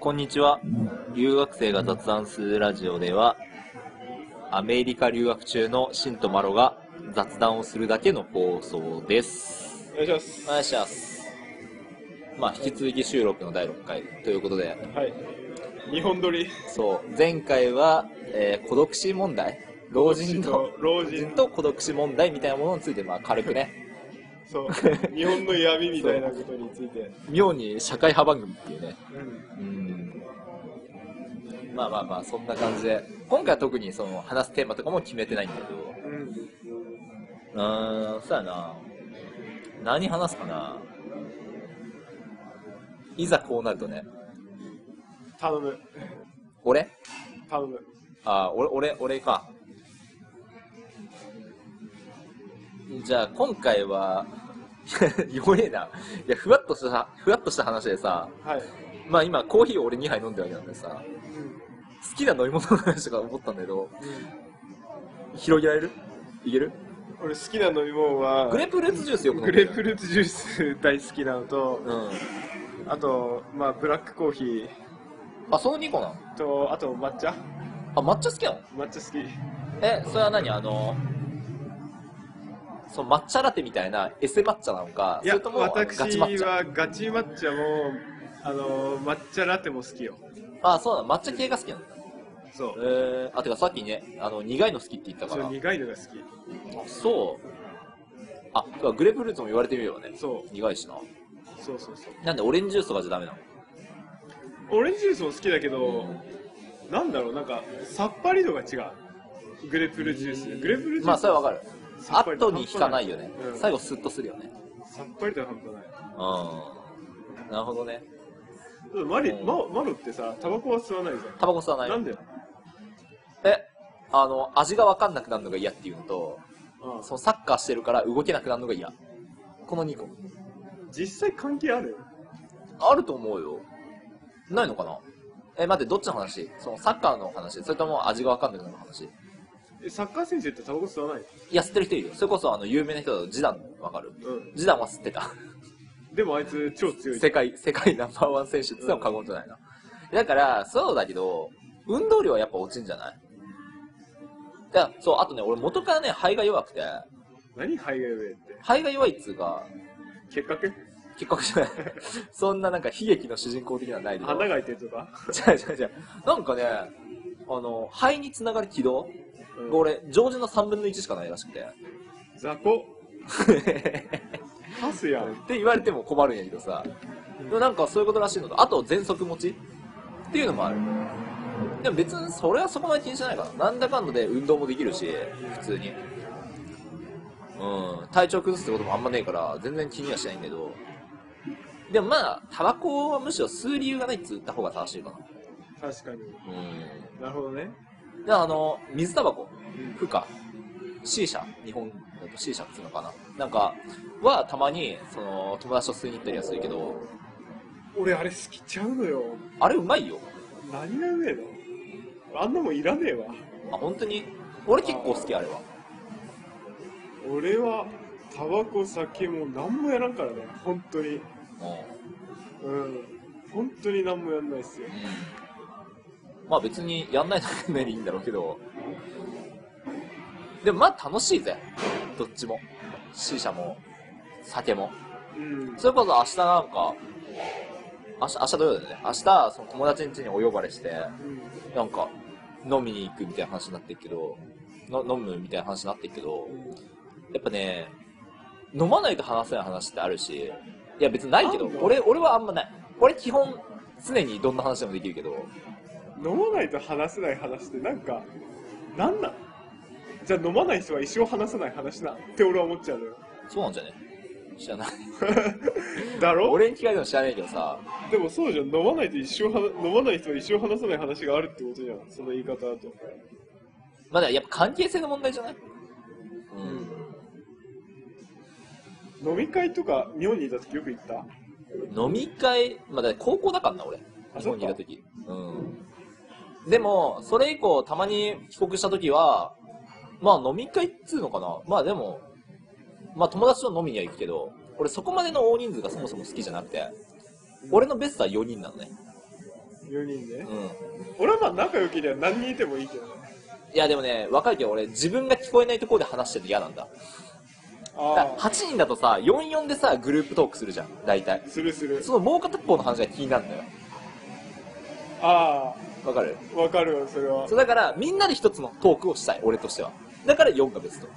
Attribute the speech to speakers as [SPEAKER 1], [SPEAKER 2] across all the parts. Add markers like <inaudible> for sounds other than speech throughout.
[SPEAKER 1] こんにちは。留学生が雑談するラジオでは、アメリカ留学中のシンとマロが雑談をするだけの放送です。
[SPEAKER 2] お願いします。
[SPEAKER 1] お願いします。まあ、引き続き収録の第6回ということで、
[SPEAKER 2] はい。日本撮り。
[SPEAKER 1] そう、前回は、えー孤独死問題老人と、
[SPEAKER 2] 老
[SPEAKER 1] 老人
[SPEAKER 2] 人。
[SPEAKER 1] と孤独死問題みたいなものについて、まあ、軽く <laughs> ね、
[SPEAKER 2] <laughs> そう。日本の闇みたいなことについて。
[SPEAKER 1] 妙に社会派番組っていうね、う
[SPEAKER 2] うん。
[SPEAKER 1] んまあまあまあそんな感じで今回は特にその話すテーマとかも決めてないんだけど
[SPEAKER 2] うん。
[SPEAKER 1] うーんそうやな何話すかないざこうなるとね
[SPEAKER 2] 頼む。
[SPEAKER 1] 俺
[SPEAKER 2] 頼む。
[SPEAKER 1] あ俺俺俺かじゃあ今回は <laughs> 弱えないやふわっとしたさふわっとした話でさ
[SPEAKER 2] はい。
[SPEAKER 1] まあ今コーヒーを俺2杯飲んでるわけなんでさ
[SPEAKER 2] うん。
[SPEAKER 1] 好きな飲み物の話とか思ったんだけど
[SPEAKER 2] うん
[SPEAKER 1] 広げられるいける
[SPEAKER 2] 俺好きな飲み物は、
[SPEAKER 1] グレープフルーツジュースよく飲
[SPEAKER 2] グ
[SPEAKER 1] んで
[SPEAKER 2] レ
[SPEAKER 1] る
[SPEAKER 2] ープフルーツジュース大好きなのと、
[SPEAKER 1] うん
[SPEAKER 2] あと、まあ、ブラックコーヒー
[SPEAKER 1] あその2個なの
[SPEAKER 2] と、あと抹茶
[SPEAKER 1] あ抹茶好きなの
[SPEAKER 2] 抹茶好き。
[SPEAKER 1] えそれは何あのその抹茶ラテみたいなエセ抹茶なのか
[SPEAKER 2] いや、
[SPEAKER 1] それともあの
[SPEAKER 2] 私
[SPEAKER 1] ガチ抹茶
[SPEAKER 2] はガチ抹茶も、あの、抹茶ラテも好きよ。
[SPEAKER 1] あそうなの抹茶系が好きなの
[SPEAKER 2] そ
[SPEAKER 1] え
[SPEAKER 2] う。
[SPEAKER 1] ー、あてかさっきねあの苦いの好きって言ったか
[SPEAKER 2] そう、
[SPEAKER 1] ら
[SPEAKER 2] 苦いのが好
[SPEAKER 1] あそうあてかグレープフルーツも言われてみればね
[SPEAKER 2] き。そ
[SPEAKER 1] 苦いしな
[SPEAKER 2] う。そうそうそう。
[SPEAKER 1] なんでオレンジジュースとかじゃダメなの
[SPEAKER 2] オレンジジュースも好きだけど、なんだろう、なんか、さっぱり度が違う。グレープフルーツジュース。グレープフルーツジュース。
[SPEAKER 1] まあそれはわかる
[SPEAKER 2] さっぱり
[SPEAKER 1] 後に引かないよね、
[SPEAKER 2] うん
[SPEAKER 1] 最後スッとするよね
[SPEAKER 2] さっぱりとは半端ない。
[SPEAKER 1] うんなるほどね
[SPEAKER 2] だってマリ、
[SPEAKER 1] うん
[SPEAKER 2] ママロってさ、タバコは吸わないじ
[SPEAKER 1] タバコ吸わ
[SPEAKER 2] ゃ
[SPEAKER 1] ない
[SPEAKER 2] ん。なんで
[SPEAKER 1] えあの味が分かんなくなるのが嫌っていうのと
[SPEAKER 2] あ
[SPEAKER 1] そのサッカーしてるから動けなくなるのが嫌この2個
[SPEAKER 2] 実際関係ある
[SPEAKER 1] あると思うよないのかなえ待ってどっちの話そのサッカーの話それとも味が分かんなくなるの話い
[SPEAKER 2] えサッカー選手ってタバコ吸わない
[SPEAKER 1] や吸ってる人いるよそれこそあの有名な人だとジダン分かる
[SPEAKER 2] う
[SPEAKER 1] ジダンは吸ってた
[SPEAKER 2] ん。でもあいつ超強い。
[SPEAKER 1] 世界世界ナンバーワン選手って言っても過言じゃないなだからそうだけど運動量はやっぱ落ちんじゃないだからそうあとね俺元からね肺が弱くて
[SPEAKER 2] 何肺が上って。
[SPEAKER 1] 肺が弱いっつうか
[SPEAKER 2] 結核
[SPEAKER 1] 結構じゃない <laughs> そんななんか悲劇の主人公的なのはないけど
[SPEAKER 2] 穴が開いてるとか、
[SPEAKER 1] 違う違う違うなんかねあの肺につながる軌道
[SPEAKER 2] うん
[SPEAKER 1] が俺常人の3分の1しかないらしくて
[SPEAKER 2] 雑魚
[SPEAKER 1] って
[SPEAKER 2] パスやん。
[SPEAKER 1] 言われても困るんやけどさでもなんかそういうことらしいのとあと喘息持ちっていうのもあるでも別にそれはそこまで気にしてないからなんだかんだで運動もできるし普通にうん体調崩すってこともあんまねえから全然気にはしないんだけどでもまあタバコはむしろ吸う理由がないっつった方が正しいかな
[SPEAKER 2] 確か
[SPEAKER 1] う
[SPEAKER 2] に。
[SPEAKER 1] ん
[SPEAKER 2] なるほどね。
[SPEAKER 1] であの水タバコ
[SPEAKER 2] うん
[SPEAKER 1] 負荷 C 社日本だと C 社っていうのかななんかはたまにその友達と吸いに行ったりはするけど
[SPEAKER 2] 俺あれ好きちゃうのよ。
[SPEAKER 1] あれうまいよ
[SPEAKER 2] 何が上のあんなもんいらねえわ。
[SPEAKER 1] あ本当に俺結構好きあれは
[SPEAKER 2] 俺はタバコ酒も何もやらんからね本当に
[SPEAKER 1] う
[SPEAKER 2] うん本当に何もやんないっすよ
[SPEAKER 1] ん、まあ別にやんないだけでいいんだろうけどでもまあ楽しいぜどっちも C 社も酒も
[SPEAKER 2] うん
[SPEAKER 1] それこそ明日なんか明日明日土曜だよね明日その友達ん家にお呼ばれしてなんか、飲みに行くみたいな話になってるけど、の飲むみたいな話になってるけど
[SPEAKER 2] う、ん
[SPEAKER 1] やっぱね、飲まないと話せない話ってあるし、いや別にないけど
[SPEAKER 2] あん、の
[SPEAKER 1] 俺、俺はあんまない。俺基本、常にどんな話でもできるけど、
[SPEAKER 2] 飲まないと話せない話ってなんかなんなんじゃあ飲まない人は一生話さない話なって俺は思っちゃうのよ
[SPEAKER 1] そうなんじゃね知らない。
[SPEAKER 2] だろ
[SPEAKER 1] 俺に聞かれても知らないけどさ、
[SPEAKER 2] でもそうじゃん飲まないと一生は飲まない人は一生話さない話があるってことじゃんその言い方だと
[SPEAKER 1] まだやっぱ関係性の問題じゃないうん
[SPEAKER 2] 飲み会とか日本にいた時よく行った
[SPEAKER 1] 飲み会、まあ、だって高校だからな、俺。
[SPEAKER 2] あ
[SPEAKER 1] 日本にいた時。うん。でも、それ以降、たまに帰国した時は、まあ飲み会っつうのかな。まあでも、まあ友達と飲みには行くけど、俺そこまでの大人数がそもそも好きじゃなくて、俺のベストは4人なのね。
[SPEAKER 2] 4人で、
[SPEAKER 1] うん。
[SPEAKER 2] 俺はまあ仲良ければ何人いてもいいけどね
[SPEAKER 1] いやでもね、若い時は俺、自分が聞こえないところで話してるの嫌なんだ。だから
[SPEAKER 2] あ
[SPEAKER 1] 8人だとさ、44でさ、グループトークするじゃん、大体
[SPEAKER 2] あ。するする
[SPEAKER 1] そのもう片方の話が気になるのよ。
[SPEAKER 2] あ
[SPEAKER 1] わかる
[SPEAKER 2] あわかるわそれは
[SPEAKER 1] そうだから、みんなで一つのトークをしたい、俺としては。だから4がベスト。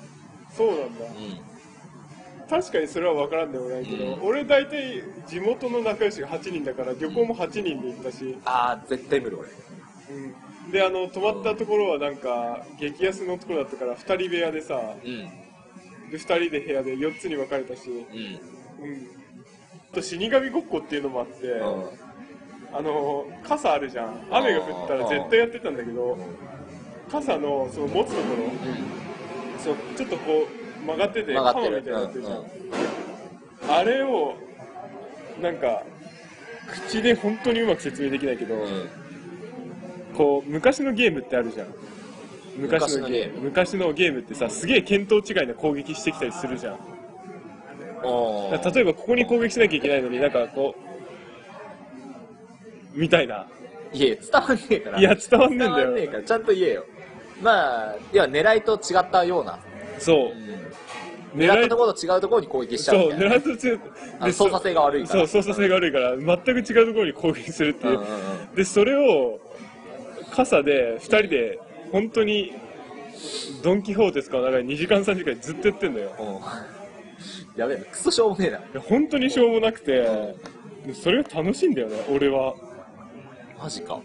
[SPEAKER 2] そうなんだ
[SPEAKER 1] う
[SPEAKER 2] 確かにそれは分からんでもないけど、
[SPEAKER 1] うん
[SPEAKER 2] 俺大体地元の仲良しが8人だから旅行も8人で行ったし、
[SPEAKER 1] あー、絶対無理俺。
[SPEAKER 2] うん、であの泊まったところはなんか激安のところだったから2人部屋でさ
[SPEAKER 1] うん。
[SPEAKER 2] で2人で部屋で4つに分かれたし、
[SPEAKER 1] うん。
[SPEAKER 2] うん、あと死神ごっこっていうのもあって、あの傘あるじゃん雨が降ったら絶対やってたんだけど傘のその持つところそうちょっとこう曲がってて
[SPEAKER 1] 曲がっ
[SPEAKER 2] 鎌
[SPEAKER 1] て
[SPEAKER 2] みた
[SPEAKER 1] る
[SPEAKER 2] い。になってるじゃん、
[SPEAKER 1] う
[SPEAKER 2] あれをなんか口で本当にうまく説明できないけど、
[SPEAKER 1] んうん。
[SPEAKER 2] こう昔のゲームってあるじゃん昔のゲーム昔のゲームってさすげえ見当違いな攻撃してきたりするじゃん
[SPEAKER 1] お
[SPEAKER 2] だから
[SPEAKER 1] ー
[SPEAKER 2] 例えばここに攻撃しなきゃいけないのになんかこうみたいない
[SPEAKER 1] や、伝わんねえから。
[SPEAKER 2] いや伝わんねえ
[SPEAKER 1] 伝
[SPEAKER 2] ん
[SPEAKER 1] わ
[SPEAKER 2] だ
[SPEAKER 1] んねえ
[SPEAKER 2] よ
[SPEAKER 1] から、ちゃんと言えよ。まあ、いや、狙いと違ったような。
[SPEAKER 2] そう
[SPEAKER 1] 狙った
[SPEAKER 2] い
[SPEAKER 1] ところと違うところに攻撃しちゃう
[SPEAKER 2] そ
[SPEAKER 1] み
[SPEAKER 2] う
[SPEAKER 1] たいな。
[SPEAKER 2] 狙いと違う
[SPEAKER 1] あの操作性が悪いから。
[SPEAKER 2] そう操作性が悪いから全く違うところに攻撃するって
[SPEAKER 1] うん
[SPEAKER 2] いううん
[SPEAKER 1] うん。
[SPEAKER 2] でそれを傘で2人で本当にドン・キホーテスかの中で2時間3時間ずっとやってんだよ
[SPEAKER 1] うんやべえな、クソしょうもねえな。
[SPEAKER 2] いや本当にしょうもなくてでそれが楽しいんだよね俺は、
[SPEAKER 1] マジか。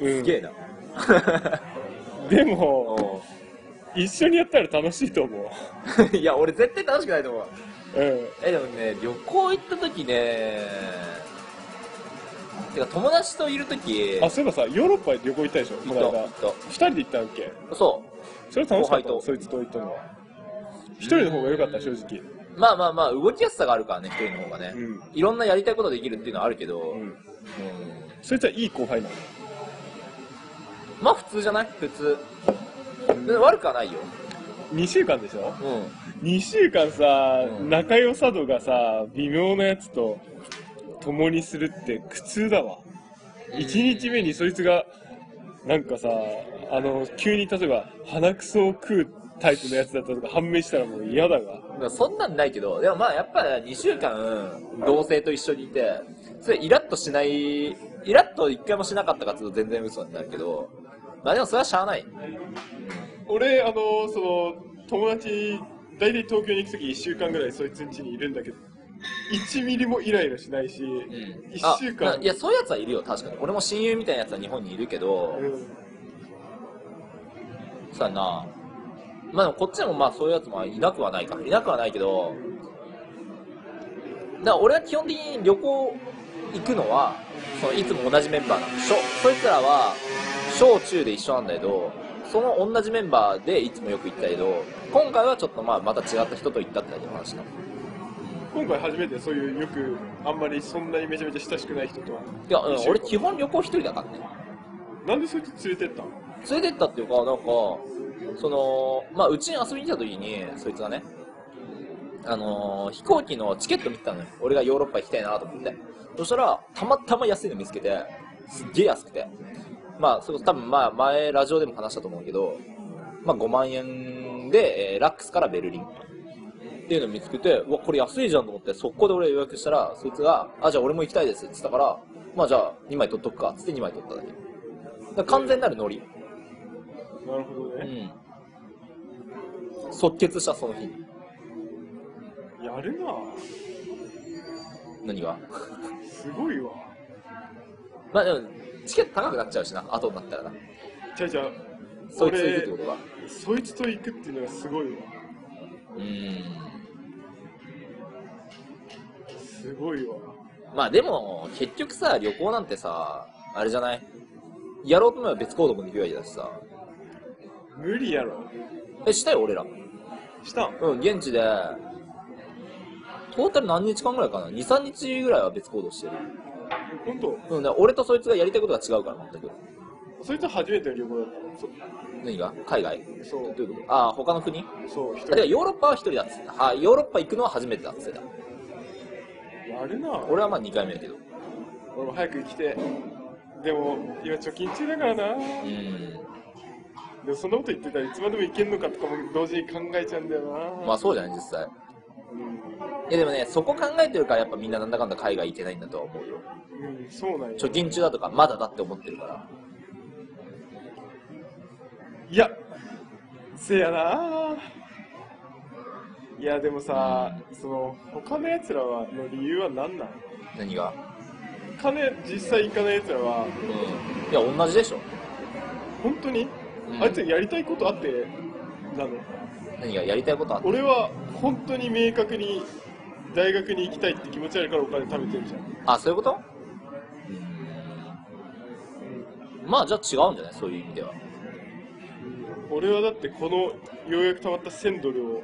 [SPEAKER 2] うん
[SPEAKER 1] すげえな。 <laughs>
[SPEAKER 2] でも一緒にやったら楽しいと思
[SPEAKER 1] うんいや、俺絶対楽しくないと思うわ。
[SPEAKER 2] う、うん、
[SPEAKER 1] え、でもね、旅行行った時ね、てか友達といる時、
[SPEAKER 2] あそういえばさヨーロッパへ旅行行ったでしょこ
[SPEAKER 1] 行
[SPEAKER 2] の
[SPEAKER 1] った、
[SPEAKER 2] 間
[SPEAKER 1] 行
[SPEAKER 2] 2
[SPEAKER 1] っ
[SPEAKER 2] 人で行ったわけ
[SPEAKER 1] た。そ
[SPEAKER 2] それ楽しかっ
[SPEAKER 1] 後輩
[SPEAKER 2] たの
[SPEAKER 1] と
[SPEAKER 2] そいつと行ったのは1人の方が良かった正直
[SPEAKER 1] う。まあまあまあ、動きやすさがあるからね、一人の方がね。
[SPEAKER 2] うん、
[SPEAKER 1] いろんなやりたいことできるっていうのはあるけど、
[SPEAKER 2] う
[SPEAKER 1] うん
[SPEAKER 2] ん、そいつはいい後輩なの
[SPEAKER 1] まあ普通じゃない普通。悪くはないよ。
[SPEAKER 2] 2週間でしょ
[SPEAKER 1] う
[SPEAKER 2] 2週間さ、
[SPEAKER 1] うん
[SPEAKER 2] 仲良さ度がさ微妙なやつと共にするって苦痛だわ、
[SPEAKER 1] ん。
[SPEAKER 2] 1日目にそいつがなんかさあの急に例えば鼻くそを食うタイプのやつだったとか判明したらもう嫌だわ
[SPEAKER 1] まあそんなんないけど、でもまあやっぱ2週間、同性と一緒にいて、それイラッとしない、イラッと一回もしなかったかっていうと全然嘘になるけど、まあでもそれはしゃあない。
[SPEAKER 2] 俺あのその友達大体東京に行く時1週間ぐらいそいつん家にいるんだけど1ミリもイライラしないし、
[SPEAKER 1] うん
[SPEAKER 2] 1週
[SPEAKER 1] あ
[SPEAKER 2] 間
[SPEAKER 1] ないや、そういうやつはいるよ、確かに。俺も親友みたいなやつは日本にいるけど、
[SPEAKER 2] うん
[SPEAKER 1] さあな、まあでもこっちでもまあそういうやつもいなくはないか。いなくはないけど、だから俺は基本的に旅行行くのは、そのいつも同じメンバーなんでしょ。そいつらは、小中で一緒なんだけど、その同じメンバーでいつもよく行ったけど、今回はちょっとまあまた違った人と行ったってだけの話だ。
[SPEAKER 2] 今回初めてそういうよくあんまりそんなにめちゃめちゃ親しくない人とはい
[SPEAKER 1] や、うん、俺基本旅行一人だからね。
[SPEAKER 2] なんでそいつ連れてったの
[SPEAKER 1] 連れてったっていうか、なんか、その、まあ、うちに遊びに来た時に、そいつがね、あのー飛行機のチケット見てたのよ。俺がヨーロッパ行きたいなと思って。そしたら、たまたま安いの見つけて、すっげえ安くて。まあ、それこそ多分まあ、前ラジオでも話したと思うけど、まあ、5万円で、えーラックスからベルリン。っていうのを見つけて、うわ、これ安いじゃんと思って、速攻で俺予約したら、そいつが、あ、じゃあ俺も行きたいですって言ってたから、まあじゃあ2枚取っとくか、つって2枚取っただけ。だから完全なるノリ。
[SPEAKER 2] なるほどね、
[SPEAKER 1] うん。即決したその日に。
[SPEAKER 2] やるな
[SPEAKER 1] 何が
[SPEAKER 2] すごいわ
[SPEAKER 1] まあでも、チケット高くなっちゃうしな、後になったらな。
[SPEAKER 2] じゃあじゃあ
[SPEAKER 1] そいつと行くってことは。
[SPEAKER 2] そいつと行くっていうのがすごいわ
[SPEAKER 1] うーん。
[SPEAKER 2] すごいわ
[SPEAKER 1] まあでも、結局さ、旅行なんてさ、あれじゃないやろうと思えば別行動もできるわけだしさ。
[SPEAKER 2] 無理やろ
[SPEAKER 1] え、したよ、俺ら。
[SPEAKER 2] したん
[SPEAKER 1] うん、現地で、トータル何日間ぐらいかな ?2、3日ぐらいは別行動してる。
[SPEAKER 2] 本当
[SPEAKER 1] うん、だから俺とそいつがやりたいことが違うから、全く。
[SPEAKER 2] そいつ初めての旅行だった
[SPEAKER 1] 何が海外
[SPEAKER 2] のそ
[SPEAKER 1] どういうことああ、他の国
[SPEAKER 2] うそう
[SPEAKER 1] あ
[SPEAKER 2] 一人
[SPEAKER 1] でもヨーロッパは一人だっつってたあヨーロッパ行くのは初めてだっつってた
[SPEAKER 2] やるな俺
[SPEAKER 1] 俺はまあ2回目だけど
[SPEAKER 2] 俺も早く来てでも今貯金中だからなで
[SPEAKER 1] うん
[SPEAKER 2] もそんなこと言ってたらいつまでもいけんのかとかも同時に考えちゃうんだよな、
[SPEAKER 1] まあそうじゃない実際いやでもねそこ考えてるからやっぱみんななんだかんだ海外行けないんだとは思うよ
[SPEAKER 2] うん、うん、そうなんや
[SPEAKER 1] 貯金中だとかまだだって思ってるから
[SPEAKER 2] いやせやないやでもさ、その他のやつらはの理由は何なん
[SPEAKER 1] 何が
[SPEAKER 2] 金実際行かないやつらは
[SPEAKER 1] うんいや同じでしょ、
[SPEAKER 2] 本当に、
[SPEAKER 1] うん
[SPEAKER 2] あいつやりたいことあってなの
[SPEAKER 1] 何がやりたいことあって
[SPEAKER 2] 俺は本当に明確に大学に行きたいって気持ちあるからお金貯めてるじゃん
[SPEAKER 1] あそういうことまあじゃあ違うんじゃないそういう意味では
[SPEAKER 2] 俺はだってこのようやく貯まった1000ドルを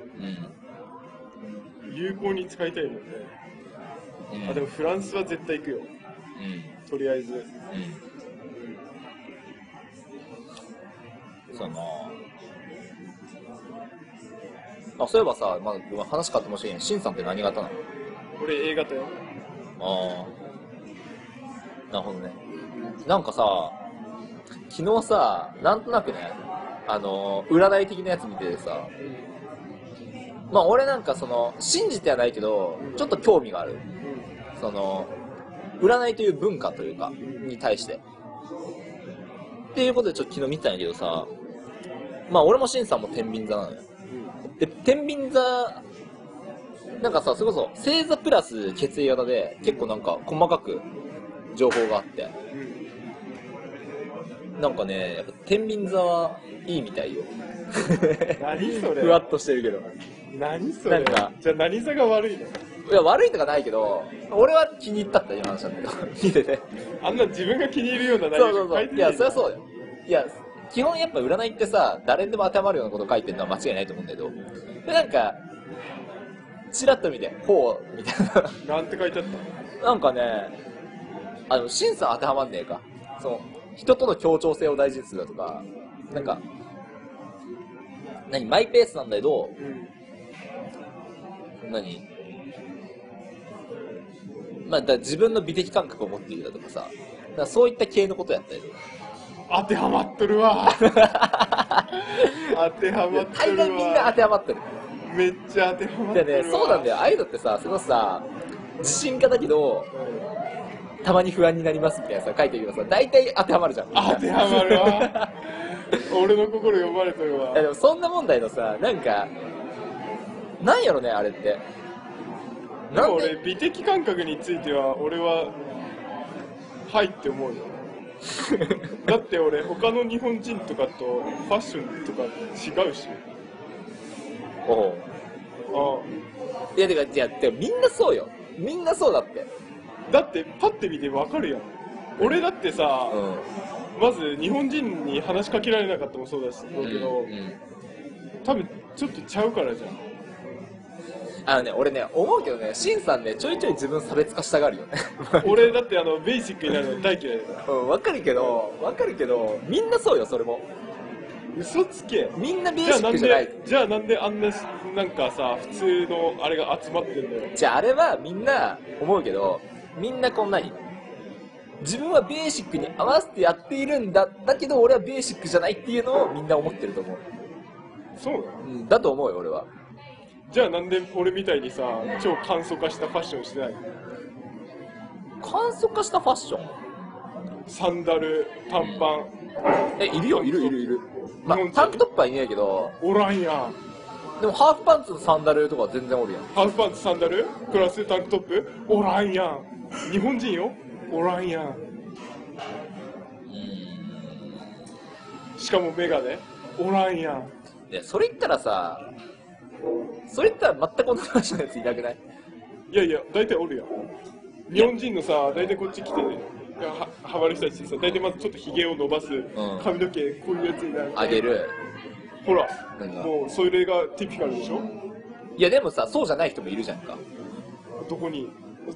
[SPEAKER 1] うん、
[SPEAKER 2] 有効に使いたいので、
[SPEAKER 1] うん、
[SPEAKER 2] あでもフランスは絶対行くよ
[SPEAKER 1] うん
[SPEAKER 2] とりあえず
[SPEAKER 1] うんそのあそういえばさ、まあ、話変わってもしれんしんさんって何型なの
[SPEAKER 2] 俺 A 型よ
[SPEAKER 1] ああなるほどねなんかさ昨日さなんとなくねあの占い的なやつ見ててさまあ俺なんかその信じてはないけどちょっと興味があるその占いという文化というかに対してっていうことでちょっと昨日見てたんやけどさまあ俺もしんさんも天秤座なのよで天秤座なんかさそれこそ星座プラス血液型で結構なんか細かく情報があってなんかねやっぱ天秤座はいいみたいよ
[SPEAKER 2] 何それ
[SPEAKER 1] ふわっとしてるけど
[SPEAKER 2] 何そ
[SPEAKER 1] な
[SPEAKER 2] れ
[SPEAKER 1] んか
[SPEAKER 2] じゃあ何座が悪いの
[SPEAKER 1] いや悪いとかないけど俺は気に入ったっていう話なんだ <laughs> けど見てて
[SPEAKER 2] あんな自分が気に入るような
[SPEAKER 1] そうそう
[SPEAKER 2] 内容書
[SPEAKER 1] そ
[SPEAKER 2] いうて
[SPEAKER 1] い
[SPEAKER 2] な
[SPEAKER 1] や
[SPEAKER 2] い
[SPEAKER 1] そりゃそうだよいや基本やっぱ占いってさ誰にでも当てはまるようなこと書いてるのは間違いないと思うんだけどでなんかチラッと見てほうみたいな
[SPEAKER 2] なんて書いてあっ
[SPEAKER 1] なんかね、あの、審査当てはまんねえか。その、人との協調性を大事にするだとか、なんか、何、マイペースなんだけど、
[SPEAKER 2] た、うん
[SPEAKER 1] 何まあ、だ自分の美的感覚を持っているだとかさ、だからそういった系のことやったりと
[SPEAKER 2] <laughs>
[SPEAKER 1] か。
[SPEAKER 2] 当てはまっと
[SPEAKER 1] <laughs>
[SPEAKER 2] るわ当てはまっと
[SPEAKER 1] 大
[SPEAKER 2] るわ
[SPEAKER 1] 概みんな当てはまってる。
[SPEAKER 2] めっちゃ当てはまっ
[SPEAKER 1] で
[SPEAKER 2] とるわ
[SPEAKER 1] ね、そうなんだよ。ああいうのってさ、そのさ、自信家だけど、たまに不安になりますみたいなさ、書いてるけどさ、大体当てはまるじゃん。
[SPEAKER 2] 当てはま
[SPEAKER 1] <laughs>
[SPEAKER 2] るわ俺の心読まれとるわ
[SPEAKER 1] いやでもそんな問題のさなんかなんやろねあれって
[SPEAKER 2] で
[SPEAKER 1] な
[SPEAKER 2] も
[SPEAKER 1] ん
[SPEAKER 2] 俺
[SPEAKER 1] で
[SPEAKER 2] 美的感覚については俺ははいって思う
[SPEAKER 1] <laughs>
[SPEAKER 2] よだって俺他の日本人とかとファッションとか違うし
[SPEAKER 1] おう
[SPEAKER 2] あ
[SPEAKER 1] いやてかいやてかみんなそうよみんなそうだって
[SPEAKER 2] だってパッて見て分かるやん俺だってさ、
[SPEAKER 1] うん
[SPEAKER 2] まず日本人に話しかけられなかったもそうだし思うけど、
[SPEAKER 1] うん
[SPEAKER 2] 多分ちょっとちゃうからじゃ
[SPEAKER 1] <laughs> あ
[SPEAKER 2] ん
[SPEAKER 1] のね俺ね思うけどねしんさんねちょいちょい自分差別化したがるよね
[SPEAKER 2] 俺だってあのベーシックになるの大嫌いだから
[SPEAKER 1] うんわかるけどわかるけどみんなそうよそれも
[SPEAKER 2] 嘘つけ
[SPEAKER 1] みんなベー
[SPEAKER 2] じゃあ
[SPEAKER 1] シ
[SPEAKER 2] な
[SPEAKER 1] ッ
[SPEAKER 2] ん
[SPEAKER 1] クじゃない
[SPEAKER 2] でじゃあなんであんなしなんかさ普通のあれが集まってんだよ
[SPEAKER 1] じゃああれはみんな思うけどみんなこんなに自分はベーシックに合わせてやっているんだだけど俺はベーシックじゃないっていうのをみんな思ってると思う
[SPEAKER 2] そうなの
[SPEAKER 1] うんだと思うよ俺は
[SPEAKER 2] じゃあなんで俺みたいにさ超簡素化したファッションしてないの
[SPEAKER 1] 簡素化したファッション
[SPEAKER 2] サンダル短パン
[SPEAKER 1] えいるよいるいるいるまあ
[SPEAKER 2] 日本人
[SPEAKER 1] タンクトップはいねえけど
[SPEAKER 2] おらんやん
[SPEAKER 1] でもハーフパンツのサンダルとかは全然おるやん
[SPEAKER 2] ハーフパンツサンダルプラスタンクトップおらんやん日本人よおらんやんしかもメガネおらんやん
[SPEAKER 1] いやそれ言ったらさそれ言ったら全く同じファッションのやついなくない
[SPEAKER 2] いやいや大体おるやん日本人のさ大体こっち来てはハマる人たちってさ大体まずちょっとひげを伸ばす、
[SPEAKER 1] ん
[SPEAKER 2] 髪の毛こういうやつになる
[SPEAKER 1] あげる
[SPEAKER 2] ほら
[SPEAKER 1] 何が
[SPEAKER 2] もうそれがティピカルでしょ
[SPEAKER 1] いやでもさそうじゃない人もいるじゃんか
[SPEAKER 2] どこに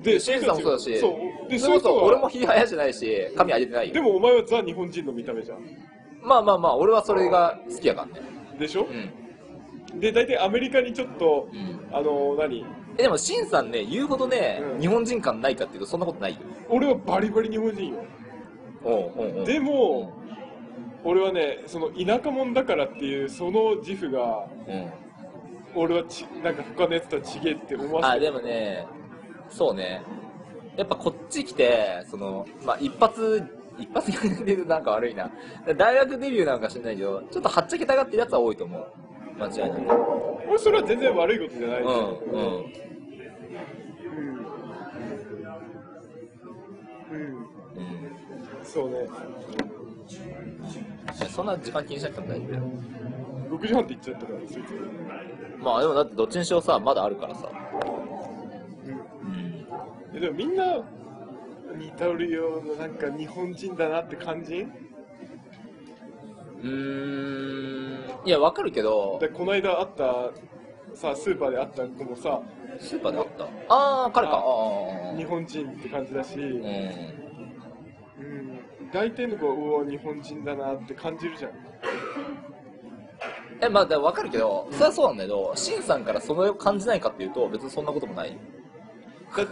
[SPEAKER 1] で
[SPEAKER 2] で
[SPEAKER 1] シンさんもそうだし
[SPEAKER 2] そうで
[SPEAKER 1] そ
[SPEAKER 2] そう
[SPEAKER 1] れ
[SPEAKER 2] い
[SPEAKER 1] こそ
[SPEAKER 2] う人は
[SPEAKER 1] 俺もひげ生やしてないし髪上げてない
[SPEAKER 2] で
[SPEAKER 1] よ
[SPEAKER 2] もお前はザ日本人の見た目じゃん
[SPEAKER 1] まあまあまあ俺はそれが好きやからね
[SPEAKER 2] でしょ
[SPEAKER 1] う、ん
[SPEAKER 2] で大体アメリカにちょっと、
[SPEAKER 1] ん
[SPEAKER 2] あの何
[SPEAKER 1] えでもシンさんね言うほどね
[SPEAKER 2] うん
[SPEAKER 1] 日本人感ないかっていうとそんなことないよ
[SPEAKER 2] 俺はバリバリ日本人よ
[SPEAKER 1] おうおうおう
[SPEAKER 2] でも、俺はねその田舎者だからっていうその自負が
[SPEAKER 1] うん、
[SPEAKER 2] 俺はちなんか他のやつとは違えって思わ
[SPEAKER 1] あ
[SPEAKER 2] せて
[SPEAKER 1] でもねそうねやっぱこっち来てそのまあ一発一発逆転で言うとなんか悪いな大学デビューなんかしないけどちょっとはっちゃけたがってるやつは多いと思う間違いなく
[SPEAKER 2] 俺それは全然悪いことじゃない、
[SPEAKER 1] うんうん
[SPEAKER 2] うん
[SPEAKER 1] うん
[SPEAKER 2] そうね
[SPEAKER 1] いやそんな時間気にしなくても大丈夫だよ
[SPEAKER 2] 6時半って言っちゃったからそいつ
[SPEAKER 1] まあでもだってどっちにしろさまだあるからさうん
[SPEAKER 2] えでもみんな似たるようななんか日本人だなって感じ
[SPEAKER 1] うーんいやわかるけど
[SPEAKER 2] でこの間会ったさスーパーで会った子もさ
[SPEAKER 1] スーパーであったああ彼かあ
[SPEAKER 2] あ
[SPEAKER 1] あ
[SPEAKER 2] 日本人って感じだし、
[SPEAKER 1] うん
[SPEAKER 2] うん、大体の子はうわ日本人だなって感じるじゃん
[SPEAKER 1] えまあだからわかるけどそれはそうなんだけどシンさんからそれを感じないかっていうと別にそんなこともない
[SPEAKER 2] だ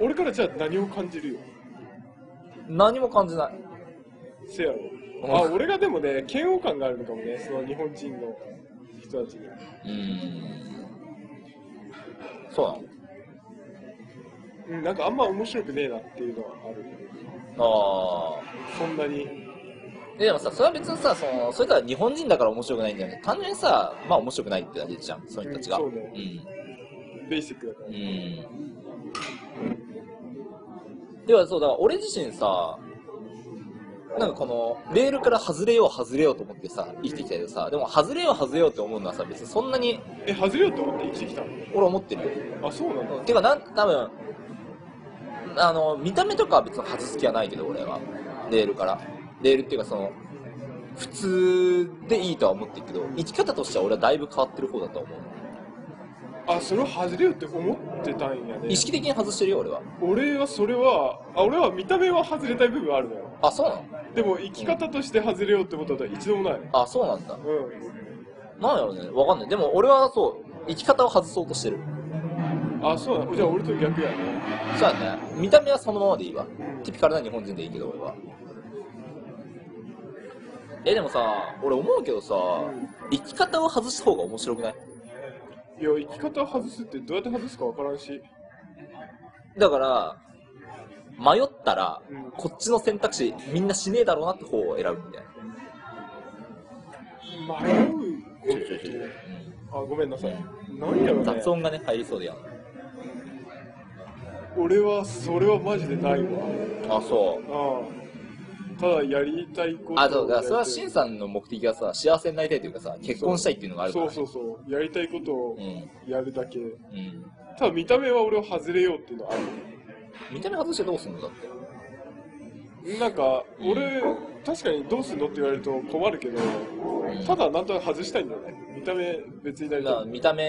[SPEAKER 2] 俺からじゃあ何を感じるよ
[SPEAKER 1] 何も感じない
[SPEAKER 2] せやろあ俺がでもね嫌悪感があるのかもねその日本人の人たちに
[SPEAKER 1] うーんそうなの
[SPEAKER 2] うんなんかあんま面白くねえなっていうのはある
[SPEAKER 1] ああ
[SPEAKER 2] そんなに
[SPEAKER 1] でもさそれは別にさそのそれとは日本人だから面白くないんだよね単純にさまあ面白くないってだけじゃんその人たちが
[SPEAKER 2] うんそうね
[SPEAKER 1] ん
[SPEAKER 2] ベーシックだから
[SPEAKER 1] うん。ではそうだから俺自身さなんかこのレールから外れよう外れようと思ってさ生きてきたけどさでも外れよう外れようって思うのはさ別にそんなに
[SPEAKER 2] え外れようと思って生きてきたの
[SPEAKER 1] 俺思ってるよ
[SPEAKER 2] あそうなんだ
[SPEAKER 1] てかなん多分あの見た目とかは別に外す気はないけど俺はレールからレールっていうかその普通でいいとは思ってるけど生き方としては俺はだいぶ変わってる方だと思う
[SPEAKER 2] あそれを外れようって思ってたんやね
[SPEAKER 1] 意識的に外してるよ俺は
[SPEAKER 2] 俺はそれはあ俺は見た目は外れたい部分はあるのよ
[SPEAKER 1] あそうなの
[SPEAKER 2] でも生き方として外れようってことは一度もない
[SPEAKER 1] あそうなんだ
[SPEAKER 2] う
[SPEAKER 1] なんやろうね、わかんない。でも俺はそう、生き方を外そうとしてる。
[SPEAKER 2] んあそうなのじゃあ俺と逆やね
[SPEAKER 1] そうやね。見た目はそのままでいいわ。ティピカルな日本人でいいけど、俺は。え、でもさ、俺思うけどさ、生き方を外した方が面白くない
[SPEAKER 2] いや生き方を外すってどうやって外すか分からんし
[SPEAKER 1] だから、迷ったら
[SPEAKER 2] うん、
[SPEAKER 1] こっちの選択肢、みんなしねえだろうなって方を選ぶみたいな。
[SPEAKER 2] 迷うあごめんなさい何やろね
[SPEAKER 1] 雑音がね、入りそうでやん。
[SPEAKER 2] 俺はそれはマジでないわ
[SPEAKER 1] あ、そう。
[SPEAKER 2] ああただやりたいこと
[SPEAKER 1] あ、そう、だからそれはシ
[SPEAKER 2] 真
[SPEAKER 1] ンさんの目的がさ、幸せになりたいというかさ、結婚したいっていうのがあるから、
[SPEAKER 2] そう
[SPEAKER 1] ね。
[SPEAKER 2] そうそうやりたいことを
[SPEAKER 1] うん。
[SPEAKER 2] やるだけ、
[SPEAKER 1] うん。
[SPEAKER 2] ただ見た目は俺を外れようっていうのはあ
[SPEAKER 1] 見た目外してどうすんのだって。
[SPEAKER 2] るなんか俺確かにどうすんのって言われると困るけどただなんとなく外したいんだよね見た目別になり
[SPEAKER 1] だから
[SPEAKER 2] たい
[SPEAKER 1] 見た目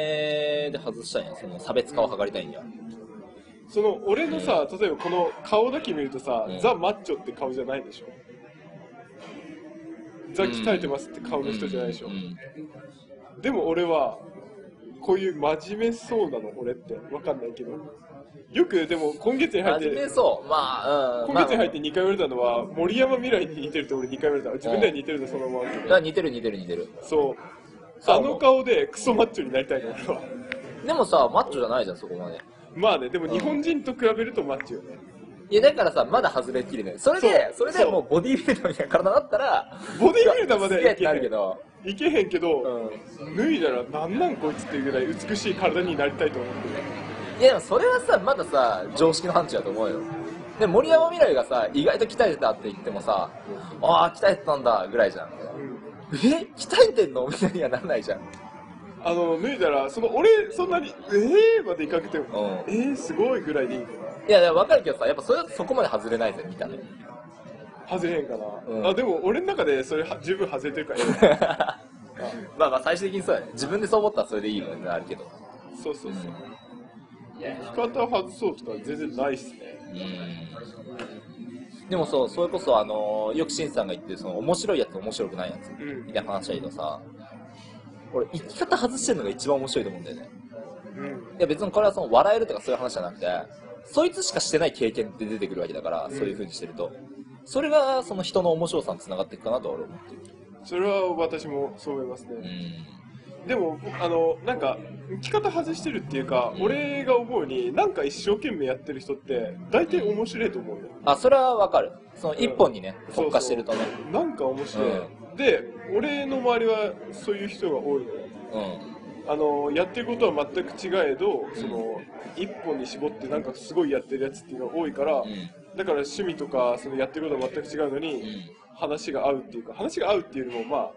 [SPEAKER 1] で外したいんやその差別化を図りたいんや
[SPEAKER 2] その俺のさ例えばこの顔だけ見るとさ、
[SPEAKER 1] うん
[SPEAKER 2] ザ・マッチョって顔じゃないでしょザ鍛えてますって顔の人じゃないでしょ、
[SPEAKER 1] うん
[SPEAKER 2] でも俺はこういう真面目そうなの俺ってわかんないけどよくでも今月に入っ
[SPEAKER 1] 真面
[SPEAKER 2] て
[SPEAKER 1] 目そうまあうん
[SPEAKER 2] 今月に入
[SPEAKER 1] っ
[SPEAKER 2] って2回言われたのは森山未来に似てるって俺2回言われた自分では似てるのそのまま
[SPEAKER 1] て似てる似てる似てる
[SPEAKER 2] そう
[SPEAKER 1] そう
[SPEAKER 2] あの顔でクソマッチョになりたいの俺は
[SPEAKER 1] でもさマッチョじゃないじゃんそこまで
[SPEAKER 2] まあねでも日本人と比べるとマッチョよね
[SPEAKER 1] いやだからさまだ外れっきりだよそれでそ
[SPEAKER 2] そう
[SPEAKER 1] れでもうボディービルダーみたいな体だったら
[SPEAKER 2] ボディービルダーまで
[SPEAKER 1] い
[SPEAKER 2] は
[SPEAKER 1] や
[SPEAKER 2] い
[SPEAKER 1] すげえって
[SPEAKER 2] けへ
[SPEAKER 1] なんるけど
[SPEAKER 2] いけへんけ
[SPEAKER 1] う
[SPEAKER 2] ど、
[SPEAKER 1] ん
[SPEAKER 2] 脱いだらなんなんこいつっていうぐらい美しい体になりたいと思ってね
[SPEAKER 1] いやでもそれはさまださ常識の範疇だと思うよで森山未来がさ意外と鍛えてたって言ってもさああ鍛えてたんだぐらいじゃんえ鍛えてんのみたいにはならないじゃん
[SPEAKER 2] あの脱いだらその俺そんなに「ええー」までいかなくても
[SPEAKER 1] うん
[SPEAKER 2] 「えー、すごい」ぐらいでいいから
[SPEAKER 1] いや、でも分かるけどさ、やっぱそれはそこまで外れないぜ、見た目。
[SPEAKER 2] 外れへんかな、
[SPEAKER 1] うん
[SPEAKER 2] あでも俺の中でそれは十分外れてるからえ
[SPEAKER 1] <laughs> まあまあ、最終的にそうやね。自分でそう思ったらそれでいいのになるけど。
[SPEAKER 2] えわそうそうそう
[SPEAKER 1] いや、
[SPEAKER 2] 生き方を外そうとか全然ないっすね
[SPEAKER 1] でもそう、それこそ、あのーよくしんさんが言ってる、その、面白いやつ、面白くないやつ、
[SPEAKER 2] うん
[SPEAKER 1] みたいな話だけどさ、俺、生き方外してるのが一番面白いと思うんだよね。
[SPEAKER 2] うん
[SPEAKER 1] いや、別にこれはその、笑えるとかそういう話じゃなくて、そいつしかしてない経験って出てくるわけだから、そういう風にしてると。それがその人の面白さにつながっていくかなと俺は思ってる
[SPEAKER 2] それは私もそう思います
[SPEAKER 1] う
[SPEAKER 2] ね。
[SPEAKER 1] ん
[SPEAKER 2] でも、あの、なんか、生き方外してるっていうか、俺が思うに、なんか一生懸命やってる人って、大体面白いと思うよ。
[SPEAKER 1] あそれはわかるその一本にね、
[SPEAKER 2] そうそう
[SPEAKER 1] 特化してるとね
[SPEAKER 2] なんか面白い。で、俺の周りはそういう人が多いのよ。
[SPEAKER 1] うん
[SPEAKER 2] あのやってることは全く違えどその一本に絞ってなんかすごいやってるやつっていうのが多いから、
[SPEAKER 1] うん
[SPEAKER 2] だから趣味とかそのやってることは全く違うの
[SPEAKER 1] う
[SPEAKER 2] に
[SPEAKER 1] ん
[SPEAKER 2] 話が合うっていうか話が合うっていうよりもまあ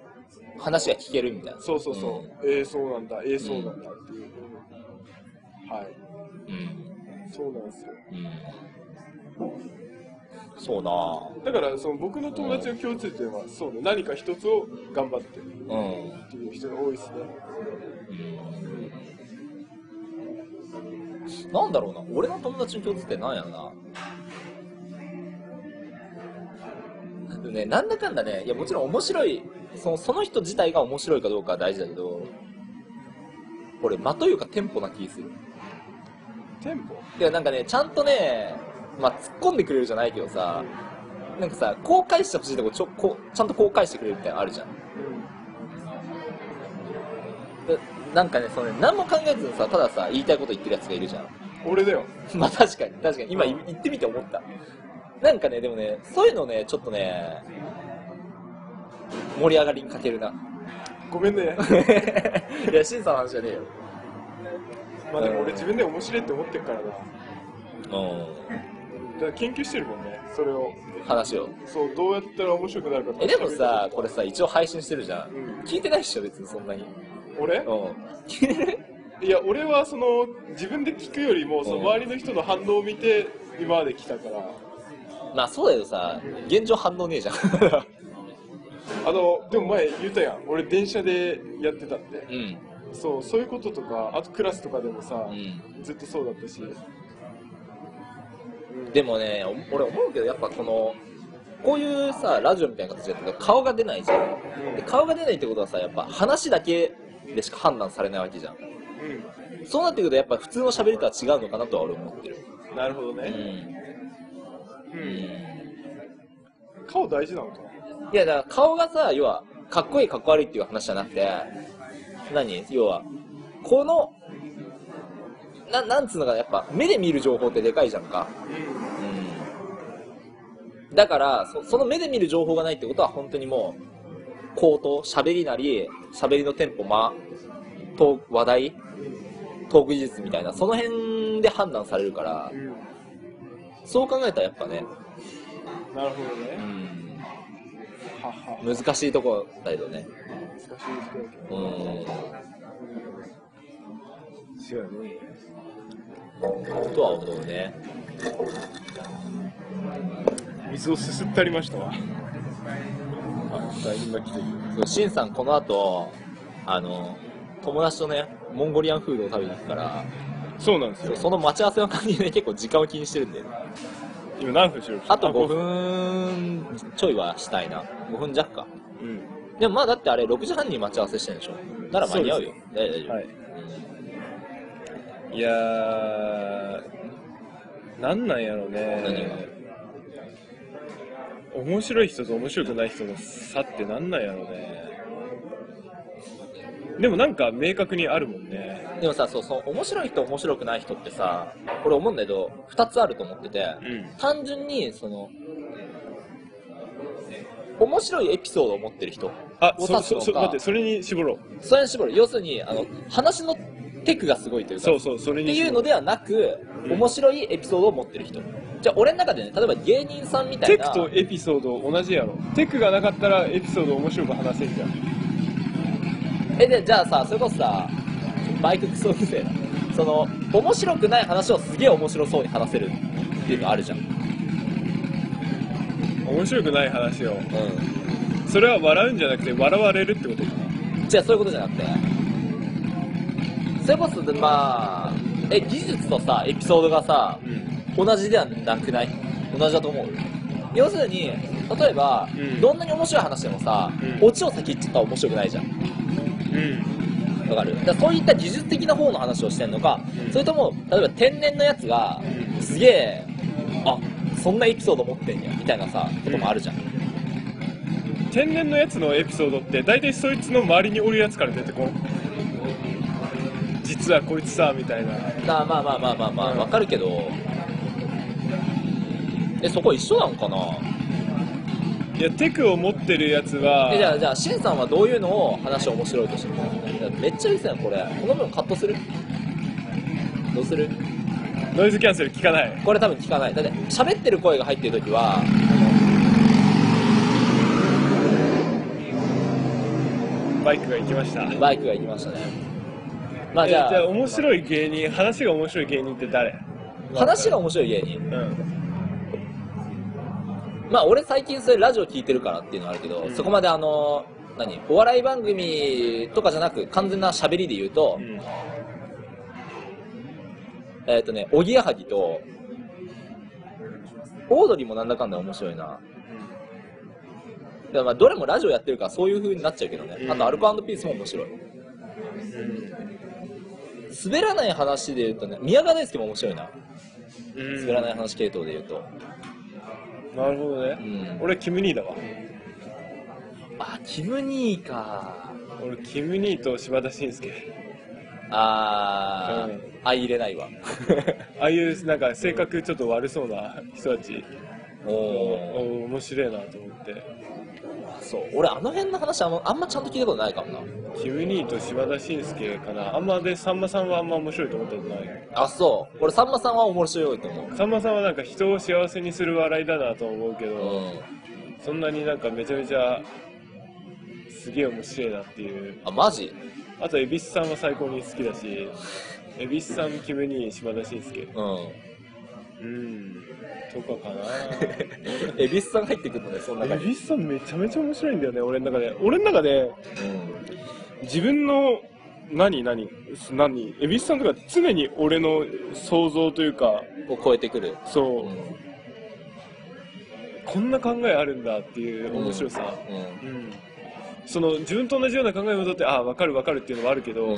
[SPEAKER 1] 話が聞けるみたいな
[SPEAKER 2] そうそうそう、
[SPEAKER 1] うん
[SPEAKER 2] ええそうなんだええそうなんだっていう、はい
[SPEAKER 1] うん、
[SPEAKER 2] そうなんですよ
[SPEAKER 1] うん、そうな
[SPEAKER 2] だからその僕の友達の共通点はそうね何か一つを頑張ってる
[SPEAKER 1] うん
[SPEAKER 2] っていう人が多いですね
[SPEAKER 1] なんだろうな、俺の友達の共通点なんやろな。ね、なんだかんだね、いやもちろん面白いその、その人自体が面白いかどうかは大事だけど、俺、間というかテンポな気する。
[SPEAKER 2] テンポ
[SPEAKER 1] いや、なんかね、ちゃんとね、まあ、突っ込んでくれるじゃないけどさ、なんかさ、公開してほしいとこちょこうちゃんと公開してくれるみたいなのあるじゃん。でなんかね、そのね、何も考えずにさ、たださ、言いたいこと言ってるやつがいるじゃん。 <laughs>
[SPEAKER 2] 俺だよ
[SPEAKER 1] まあ確かに、確かに。今い言ってみて思った。なんかね、でもね、そういうのね、ちょっとね、盛り上がりに欠けるな。
[SPEAKER 2] ごめんね
[SPEAKER 1] <laughs> いや、審査の話じゃねえよ。
[SPEAKER 2] まあでも俺自分で面白いって思ってるからな
[SPEAKER 1] う
[SPEAKER 2] だから研究してるもんねそれを
[SPEAKER 1] ん。話を。
[SPEAKER 2] そうどうやったら面白くなるかとか
[SPEAKER 1] え、でもさ、これさ、一応配信してるじゃん。
[SPEAKER 2] うん
[SPEAKER 1] 聞いてないっしょ、別にそんなに。
[SPEAKER 2] 俺
[SPEAKER 1] う
[SPEAKER 2] いや俺はその自分で聞くよりもその周りの人の反応を見て今まで来たから
[SPEAKER 1] ん。まあそうだけどさ、現状反応ねえ <laughs> じゃん。
[SPEAKER 2] あのでも前言ったやん俺電車でやってたって
[SPEAKER 1] うん。
[SPEAKER 2] そうそういうこととかあとクラスとかでもさ
[SPEAKER 1] う、ん。
[SPEAKER 2] ずっとそうだったし
[SPEAKER 1] でもね、お俺思うけど、やっぱこの、こういうさ、ラジオみたいな形でやってると顔が出ないじゃん。で顔が出ないってことはさやっぱ話だけでしか判断されないわけじゃん
[SPEAKER 2] う
[SPEAKER 1] そうなってくるとやっぱ普通の喋りとは違うのかなとは俺思ってる
[SPEAKER 2] んなるほど
[SPEAKER 1] うん、
[SPEAKER 2] ね、う、
[SPEAKER 1] うんん、
[SPEAKER 2] 顔大事なのか
[SPEAKER 1] いやだから顔がさ要はかっこいいかっこ悪いっていう話じゃなくて何要はこのななんつうのかなやっぱ目で見る情報ってでかいじゃんか
[SPEAKER 2] う
[SPEAKER 1] うんだからそその目で見る情報がないってことは本当にもう口頭喋りなり喋りのテンポ間と話題トーク技術みたいなその辺で判断されるから
[SPEAKER 2] ん、うん、
[SPEAKER 1] そう考えたらやっぱね、
[SPEAKER 2] なるほど
[SPEAKER 1] う
[SPEAKER 2] ね
[SPEAKER 1] ん、
[SPEAKER 2] はは
[SPEAKER 1] 難しいとこだけどね
[SPEAKER 2] 難しいですけど
[SPEAKER 1] うん
[SPEAKER 2] 違うね
[SPEAKER 1] とは思うね
[SPEAKER 2] 水をすすってありました
[SPEAKER 1] <laughs>
[SPEAKER 2] わ
[SPEAKER 1] あ大変が来てるしんさんこの後あの友達とねモンゴリアンフードを食べに行くから
[SPEAKER 2] そうなんですよ
[SPEAKER 1] その待ち合わせの感じで、 <laughs> ね、結構時間を気にしてるんで
[SPEAKER 2] 今何分しろ
[SPEAKER 1] あと5分ちょいはしたいな。5分弱か。
[SPEAKER 2] うん
[SPEAKER 1] でもまあだってあれ6時半に待ち合わせしてるんでしょ。なら間に合うよ。大丈夫。
[SPEAKER 3] はい。いやー、なんなんやろうね。面白い人と面白くない人の差ってなんなんやろうね。でもなんか明確にあるもんね。
[SPEAKER 1] でもさ、そうそう、面白い人、面白くない人ってさ、これ思うんだけど、2つあると思ってて、
[SPEAKER 3] うん。
[SPEAKER 1] 単純に、その、面白いエピソードを持ってる人。
[SPEAKER 3] あ、
[SPEAKER 1] お
[SPEAKER 3] そ、
[SPEAKER 1] 札と
[SPEAKER 3] そ、そ
[SPEAKER 1] か
[SPEAKER 3] 待って、それに絞ろう。
[SPEAKER 1] それに絞る。要するに、あの、話のテクがすごいというか、
[SPEAKER 3] そうそう、それ
[SPEAKER 1] って
[SPEAKER 3] に
[SPEAKER 1] いう
[SPEAKER 3] 絞
[SPEAKER 1] の
[SPEAKER 3] ろう。
[SPEAKER 1] ではなく、
[SPEAKER 3] うん
[SPEAKER 1] 面白いエピソードを持ってる人。じゃあ、俺の中でね、例えば芸人さんみたい
[SPEAKER 3] テ
[SPEAKER 1] な。
[SPEAKER 3] クとエピソード同じやろ。テクがなかったらエピソード面白く話せんじゃん。
[SPEAKER 1] えでじゃあさそれこそさバイククソうるせえなその面白くない話をすげえ面白そうに話せるっていうのあるじゃんうん
[SPEAKER 3] 面白くない話を。それは笑うんじゃなくて笑われるってことかな。
[SPEAKER 1] じゃあそういうことじゃなくてそれこそでまあえ技術とさエピソードがさ
[SPEAKER 3] うん。
[SPEAKER 1] 同じではなくない同じだと思う要するに例えば、
[SPEAKER 3] うん
[SPEAKER 1] どんなに面白い話でもさ、
[SPEAKER 3] うん
[SPEAKER 1] オチを先言っちゃったら面白くないじゃん
[SPEAKER 3] うん。
[SPEAKER 1] わかるだからそういった技術的な方の話をしてんのか、
[SPEAKER 3] うん
[SPEAKER 1] それとも例えば天然のやつがすげえあそそんなエピソード持ってんやみたいなさこともあるじゃん、
[SPEAKER 2] 天然のやつのエピソードって大体そいつの周りにおるやつから出てこん実はこいつさみたいな
[SPEAKER 1] まあまあまあまあまあまあ
[SPEAKER 2] うん
[SPEAKER 1] わかるけどえそこ一緒なんかない
[SPEAKER 2] やテクを持ってるやつは
[SPEAKER 1] えじゃあじゃあしんさんはどういうのを話を面白いとしてるのめっちゃいいっすねこれこの分カットするどうする
[SPEAKER 2] ノイズキャンセル効かない
[SPEAKER 1] これ多分聞かないだって喋ってる声が入ってる時は
[SPEAKER 2] バイクが行きました
[SPEAKER 1] バイクが行きましたねまあ
[SPEAKER 2] え
[SPEAKER 1] じ
[SPEAKER 2] じ
[SPEAKER 1] ゃ
[SPEAKER 2] ゃあ
[SPEAKER 1] あ
[SPEAKER 2] 面白い芸人話が面白い芸人って誰
[SPEAKER 1] 話が面白い芸人
[SPEAKER 2] うん
[SPEAKER 1] まあ俺最近それラジオ聞いてるからっていうのはあるけど、
[SPEAKER 2] うん
[SPEAKER 1] そこまであの何お笑い番組とかじゃなく完全な喋りで言うと、
[SPEAKER 2] うん
[SPEAKER 1] えっ、とね、おぎやはぎと、オードリーもなんだかんだ面白いな。だからまあどれもラジオやってるからそういう風になっちゃうけどね。
[SPEAKER 2] うん
[SPEAKER 1] あとアルコピースも面白い。滑らない話で言うとね、宮川大輔も面白いな。
[SPEAKER 2] うん
[SPEAKER 1] 滑らない話系統で言うと。
[SPEAKER 2] なるほどね、
[SPEAKER 1] うん
[SPEAKER 2] 俺キム兄だわ
[SPEAKER 1] あ、キム兄か。
[SPEAKER 2] 俺キム兄と柴田伸介
[SPEAKER 1] あー、
[SPEAKER 2] うん
[SPEAKER 1] 相入れない
[SPEAKER 2] <laughs>
[SPEAKER 1] わ。
[SPEAKER 2] ああいうなんか性格ちょっと悪そうな人たち
[SPEAKER 1] お
[SPEAKER 2] お
[SPEAKER 1] お
[SPEAKER 2] ー面白いなと思って
[SPEAKER 1] そう。俺あの辺の話あんまあんまちゃんと聞いたことないかもな。
[SPEAKER 2] キム兄と柴田伸介かなあんまでさんまさんはあんま面白いと思ったことない
[SPEAKER 1] あ、そう。俺さんまさんは面白いと思う。
[SPEAKER 2] さんまさんはなんか人を幸せにする笑いだなと思うけど、
[SPEAKER 1] うん。
[SPEAKER 2] そんなになんかめちゃめちゃすげえ面白いなっていう
[SPEAKER 1] あ、マジ
[SPEAKER 2] あと恵比寿さんは最高に好きだし恵比寿さんキムに島田紳介
[SPEAKER 1] うん。
[SPEAKER 2] うんとかか
[SPEAKER 1] エビスさん入ってくるのね、そんな
[SPEAKER 2] な恵
[SPEAKER 1] 感じ。
[SPEAKER 2] 比寿さんめちゃめちゃ面白いんだよね俺の中で俺の中で自分の何何何恵比寿さんとか常に俺の想像というか
[SPEAKER 1] を超えてくる。
[SPEAKER 2] そう、
[SPEAKER 1] うん。
[SPEAKER 2] こんな考えあるんだっていう面白さ、
[SPEAKER 1] うん。
[SPEAKER 2] うんその自分と同じような考え戻ってああ分かる分かるっていうのはあるけど、
[SPEAKER 1] うん。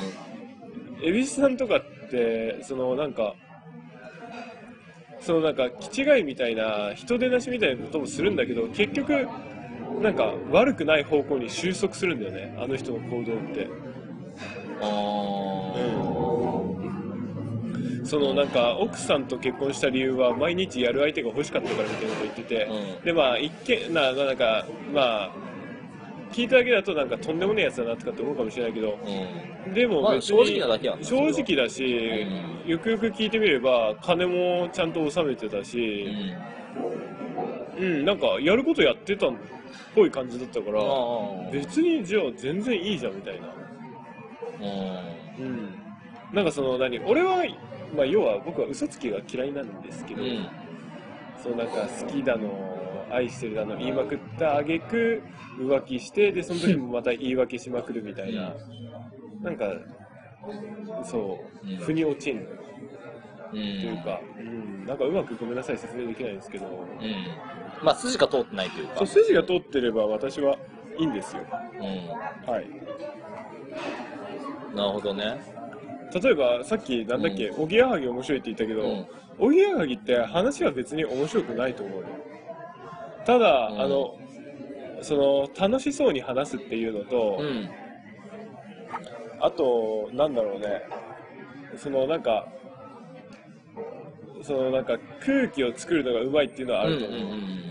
[SPEAKER 2] 恵比寿さんとかってそのなんかそのなんか気違いみたいな人出なしみたいなこともするんだけど結局なんか悪くない方向に収束するんだよねあの人の行動って
[SPEAKER 1] あ
[SPEAKER 2] そのなんか奥さんと結婚した理由は毎日やる相手が欲しかったからみたいなこと言ってて、
[SPEAKER 1] うん
[SPEAKER 2] でまあ一見ななんかまあ聞いただけだとなんかとんでもねえやつだなとかって思うかもしれないけど
[SPEAKER 1] ーうん。
[SPEAKER 2] でも
[SPEAKER 1] まあ、
[SPEAKER 2] 別
[SPEAKER 1] 正
[SPEAKER 2] に
[SPEAKER 1] 直なだけやんな。
[SPEAKER 2] 正直だし、
[SPEAKER 1] う
[SPEAKER 2] よくよく聞いてみれば金もちゃんと納めてた
[SPEAKER 1] う
[SPEAKER 2] し、
[SPEAKER 1] ん。
[SPEAKER 2] うんなんかやることやってたっぽい感じだったから、
[SPEAKER 1] あ
[SPEAKER 2] 別にじゃあ全然いいじゃんみたいな、
[SPEAKER 1] ーうん。
[SPEAKER 2] うん、なんかその何俺は、まあ、要は僕は嘘つきが嫌いなんですけど、
[SPEAKER 1] うん。
[SPEAKER 2] そうなんか好きだの愛してるだの言いまくった挙句浮気してでその時もまた言い訳しまくるみたいな、なんかそう、
[SPEAKER 1] うん
[SPEAKER 2] 腑に落ちんのよ
[SPEAKER 1] う。
[SPEAKER 2] というんか、なんかうまくごめんなさい説明できないんですけど、
[SPEAKER 1] うん。まあ、筋が通ってないというか。
[SPEAKER 2] そう筋が通ってれば私はいいんですよ。
[SPEAKER 1] う
[SPEAKER 2] はい。
[SPEAKER 1] ん。なるほどね。
[SPEAKER 2] 例えばさっきなんだっけ、おぎやはぎ面白いって言ったけ
[SPEAKER 1] う
[SPEAKER 2] ど
[SPEAKER 1] ん、。
[SPEAKER 2] おぎやはぎって話は別に面白くないと思うよ。ただ、
[SPEAKER 1] うん
[SPEAKER 2] あのその楽しそうに話すっていうのと、
[SPEAKER 1] うん。
[SPEAKER 2] あとなんだろうね、そのなんか。そのなんか空気を作るのがうまいっていうのはあ
[SPEAKER 1] うん。
[SPEAKER 2] る
[SPEAKER 1] うん
[SPEAKER 2] と思う、
[SPEAKER 1] うん
[SPEAKER 2] うん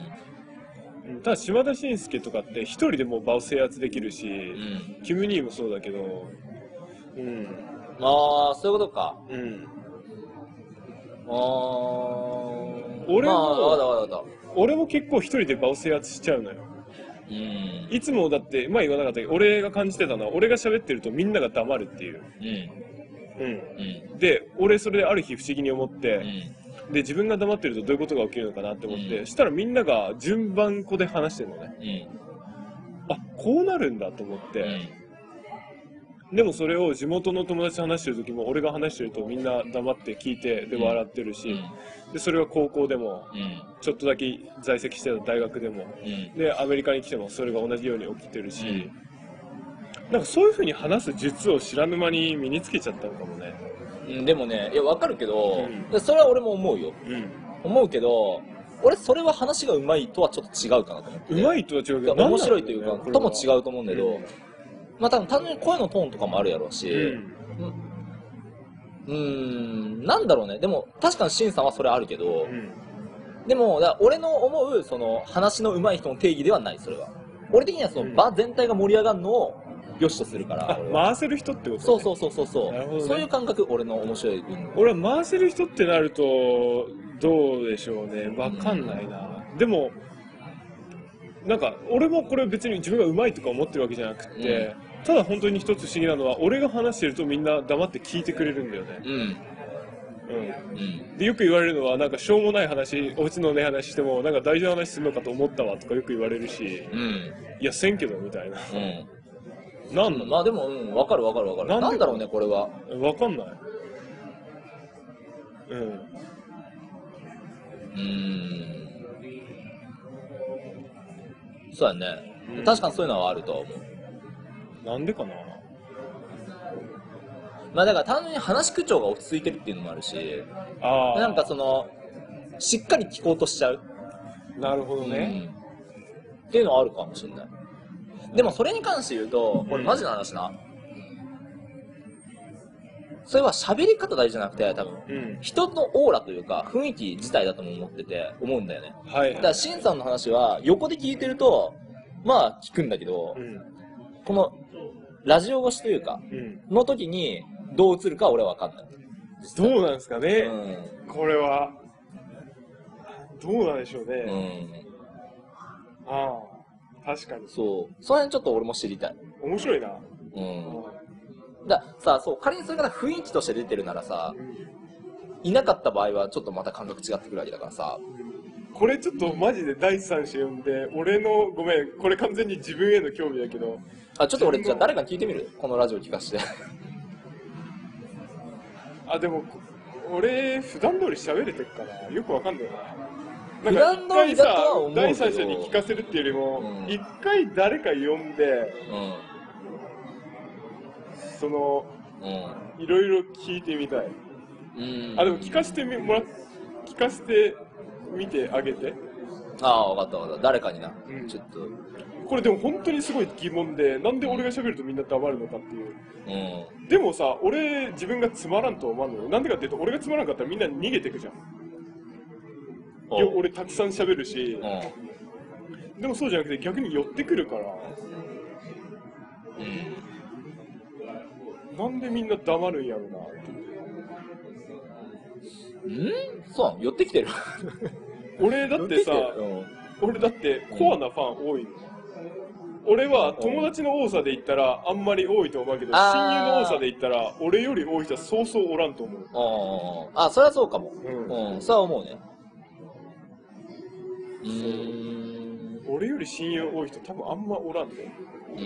[SPEAKER 2] ただ島田紳介とかって一人でもう場を制圧できるし、
[SPEAKER 1] うん。
[SPEAKER 2] キム兄もそうだけどうん
[SPEAKER 1] ああ、そういうことか。
[SPEAKER 2] うん
[SPEAKER 1] ああ。
[SPEAKER 2] 俺
[SPEAKER 1] ま
[SPEAKER 2] も
[SPEAKER 1] あ、わかったわかっ
[SPEAKER 2] 俺も結構一人で場を制圧しちゃうのよ
[SPEAKER 1] た。うん。
[SPEAKER 2] いつもだってまあ言わなかったけど俺が感じてたのは俺が喋ってるとみんなが黙るっていう
[SPEAKER 1] うん。
[SPEAKER 2] う
[SPEAKER 1] うん。
[SPEAKER 2] んで俺それである日不思議に思っ
[SPEAKER 1] う
[SPEAKER 2] て、
[SPEAKER 1] ん。
[SPEAKER 2] で自分が黙ってるとどういうことが起きるのかなって思って、
[SPEAKER 1] うん
[SPEAKER 2] したらみんなが順番こで話してるのね
[SPEAKER 1] うん。
[SPEAKER 2] あこうなるんだと思って、
[SPEAKER 1] うん
[SPEAKER 2] でもそれを地元の友達と話してる時も俺が話してるとみんな黙って聞いてで
[SPEAKER 1] うん
[SPEAKER 2] 笑ってる
[SPEAKER 1] う
[SPEAKER 2] し、
[SPEAKER 1] ん。
[SPEAKER 2] でそれは高校でも
[SPEAKER 1] うん。
[SPEAKER 2] ちょっとだけ在籍してた大学でも
[SPEAKER 1] うん。
[SPEAKER 2] でアメリカに来てもそれが同じように起きてるし、
[SPEAKER 1] うん
[SPEAKER 2] なんかそういうふうに話す術を知らぬ間に身につけちゃったのかもね
[SPEAKER 1] うん、でもね、いや、わかるけど、
[SPEAKER 2] うん
[SPEAKER 1] でそれは俺も思うよ。
[SPEAKER 2] うん
[SPEAKER 1] 思うけど、俺それは話がうまいとはちょっと違うかなと思って
[SPEAKER 2] うまいとは違うけど、
[SPEAKER 1] 面白いというか、とも違
[SPEAKER 2] う
[SPEAKER 1] うと思うんだけど、まあ多分単純に声のトーンとかもあるやろうし、
[SPEAKER 2] けど。う
[SPEAKER 1] うんーん、なんだろうね。でも、確かにシンさんはそれあるけど、
[SPEAKER 2] うん
[SPEAKER 1] でも、だから俺の思う、その、話の上手い人の定義ではない、それは。俺的にはその場全体が盛り上がるのを良しとするから、俺は
[SPEAKER 2] 回せる人ってこと、ね、
[SPEAKER 1] そうそうそうそうそう、
[SPEAKER 2] なるほどね
[SPEAKER 1] そういう感覚、俺の面白い部分。
[SPEAKER 2] 俺は回せる人ってなるとどうでしょうねわかんないな、でもなんか俺もこれ別に自分がうまいとか思ってるわけじゃなくて、ただ本当に一つ不思議なのは俺が話してるとみんな黙って聞いてくれるんだよね、
[SPEAKER 1] うん。
[SPEAKER 2] う
[SPEAKER 1] うん。
[SPEAKER 2] ん、でよく言われるのはなんかしょうもない話オチのねえ話してもなんか大事な話するのかと思ったわとかよく言われるし
[SPEAKER 1] うん。
[SPEAKER 2] いやせんけどみたいな
[SPEAKER 1] うん。
[SPEAKER 2] なんなの
[SPEAKER 1] まあでも、うん、わかるわかるわかる。
[SPEAKER 2] な
[SPEAKER 1] なんん
[SPEAKER 2] で
[SPEAKER 1] だろうね、これは。
[SPEAKER 2] わかんないうん
[SPEAKER 1] うーん。そうやね
[SPEAKER 2] うん。
[SPEAKER 1] 確かにそういうのはあるとは思う。
[SPEAKER 2] なんでかな
[SPEAKER 1] まあだから単純に話口調が落ち着いてるっていうのもあるし、
[SPEAKER 2] ああ
[SPEAKER 1] なんかその、しっかり聞こうとしちゃう。
[SPEAKER 2] なるほどね、
[SPEAKER 1] うんっていうのはあるかもしれない。でもそれに関して言うと、これマジな話な。それは喋り方大事じゃなくて、多分、
[SPEAKER 2] うん。
[SPEAKER 1] 人のオーラというか、雰囲気自体だとも思ってて、思うんだよね。
[SPEAKER 2] はい
[SPEAKER 1] だから、シンさんの話は、横で聞いてると、まあ、聞くんだけど
[SPEAKER 2] う、ん。
[SPEAKER 1] この、ラジオ越しというか、
[SPEAKER 2] うん。
[SPEAKER 1] の時に、どう映るかは俺は分かんない。
[SPEAKER 2] どうなんですかね、
[SPEAKER 1] う
[SPEAKER 2] これは。どうなんでしょうね。
[SPEAKER 1] ん。うん。
[SPEAKER 2] ああ。確かに。
[SPEAKER 1] そう。その辺ちょっと俺も知りたい。
[SPEAKER 2] 面白いな。
[SPEAKER 1] うん。ださ、そう、仮にそれから雰囲気として出てるならさ、
[SPEAKER 2] うん
[SPEAKER 1] いなかった場合はちょっとまた感覚違ってくるわけだからさ。
[SPEAKER 2] これちょっとマジで第三者呼んで、俺の、ごめん、これ完全に自分への興味だけど、
[SPEAKER 1] あ、ちょっと俺、じゃあ誰かに聞いてみるこのラジオ聞かして。 <laughs>
[SPEAKER 2] あ、でも、こ俺、普段通り喋れてるから、よくわかんないな。
[SPEAKER 1] 普段通りだとは思うけど
[SPEAKER 2] 第三者に聞かせるっていうよりも
[SPEAKER 1] う、ん
[SPEAKER 2] 一、回誰か呼んで、
[SPEAKER 1] う
[SPEAKER 2] その、
[SPEAKER 1] ん。
[SPEAKER 2] いろいろ聞いてみたい。
[SPEAKER 1] うん。うん。
[SPEAKER 2] あ、でも聞かせてみもらっ、聞かせてみてあげて。
[SPEAKER 1] ああ、わかったわかった。誰かにな。
[SPEAKER 2] うん
[SPEAKER 1] ちょっと、うん。
[SPEAKER 2] これでも本当にすごい疑問で、なんで俺が喋るとみんな黙るのかっていう。でもさ、俺自分がつまらんとは思わんのよ。なんでかっていうと、俺がつまらんかったらみんな逃げてくじゃん。よ俺たくさん喋るし
[SPEAKER 1] う、ん。
[SPEAKER 2] でもそうじゃなくて逆に寄ってくるから、なんでみんな黙るんやろうなって。
[SPEAKER 1] うんそうなの寄ってき
[SPEAKER 2] <laughs>
[SPEAKER 1] てる
[SPEAKER 2] 俺だってさ、
[SPEAKER 1] うん
[SPEAKER 2] 俺だってコアなファン多いの。俺は友達の多さで言ったらあんまり多いと思うけど、
[SPEAKER 1] あー
[SPEAKER 2] 親友の多さで言ったら俺より多い人はそうそうおらんと思う。
[SPEAKER 1] あああそれはそうかも
[SPEAKER 2] うん
[SPEAKER 1] うんそれは思うねうーん
[SPEAKER 2] 俺より親友多い人多分あんまおらんね
[SPEAKER 1] うん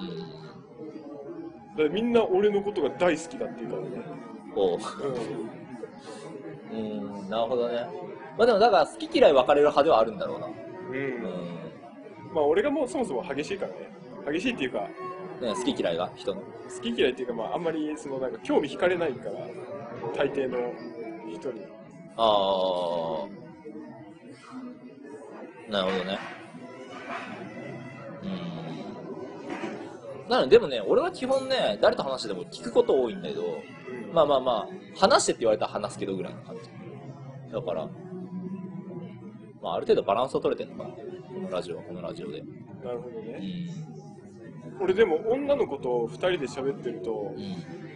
[SPEAKER 1] うん
[SPEAKER 2] だからみんな俺のことが大好きだっていうからね
[SPEAKER 1] おう
[SPEAKER 2] う、
[SPEAKER 1] うんなるほどねまあでもだから好き嫌い分かれる派ではあるんだろうなん
[SPEAKER 2] うん
[SPEAKER 1] う
[SPEAKER 2] まあ俺がもうそもそも激しいからね激しいっていうか
[SPEAKER 1] んね好き嫌いが人の
[SPEAKER 2] 好き嫌いっていうかまああんまりそのなんか興味惹かれないから大抵の人に
[SPEAKER 1] ああなるほどねうんなのででもね俺は基本ね誰と話してても聞くこと多いんだけどまあまあまあ話してって言われたら話すけどぐらいの感じだからまあある程度バランスを取れてるのかなこのラジオはこのラジオでう
[SPEAKER 2] なるほどね
[SPEAKER 1] ん
[SPEAKER 2] 俺でも女の子と2人で喋ってると
[SPEAKER 1] う、ん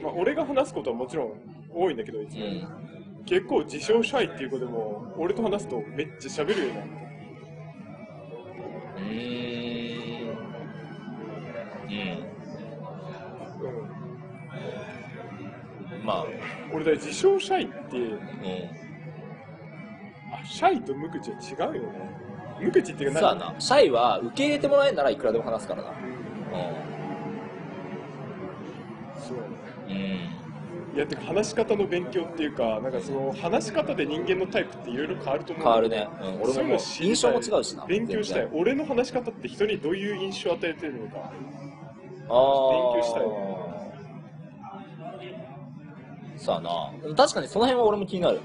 [SPEAKER 2] まあ、俺が話すことはもちろん多いんだけどいつ
[SPEAKER 1] う
[SPEAKER 2] も、
[SPEAKER 1] ん
[SPEAKER 2] 結構自称シャイっていう子でも俺と話すとめっちゃ喋るようになって
[SPEAKER 1] うーんうん
[SPEAKER 2] う
[SPEAKER 1] まあ
[SPEAKER 2] ん俺だから自称シャイって
[SPEAKER 1] うん
[SPEAKER 2] あシャイと無口は違うよね無口っていうか
[SPEAKER 1] さあ
[SPEAKER 2] んか
[SPEAKER 1] なシャイは受け入れてもらえんならいくらでも話すからな
[SPEAKER 2] そう
[SPEAKER 1] うん
[SPEAKER 2] いやてか話し方の勉強っていうかなんかその話し方で人間のタイプっていろいろ変わると思う
[SPEAKER 1] 変わるね、うん、
[SPEAKER 2] そ
[SPEAKER 1] 俺
[SPEAKER 2] う
[SPEAKER 1] も
[SPEAKER 2] いう
[SPEAKER 1] も
[SPEAKER 2] の
[SPEAKER 1] う
[SPEAKER 2] 知り
[SPEAKER 1] 印
[SPEAKER 2] た
[SPEAKER 1] 象
[SPEAKER 2] い
[SPEAKER 1] も違うしな
[SPEAKER 2] 勉強したい
[SPEAKER 1] 全然
[SPEAKER 2] 俺の話し方って人にどういう印象を与えてるのか
[SPEAKER 1] ああ
[SPEAKER 2] 勉強したい
[SPEAKER 1] さあな確かにその辺は俺も気になる
[SPEAKER 2] うん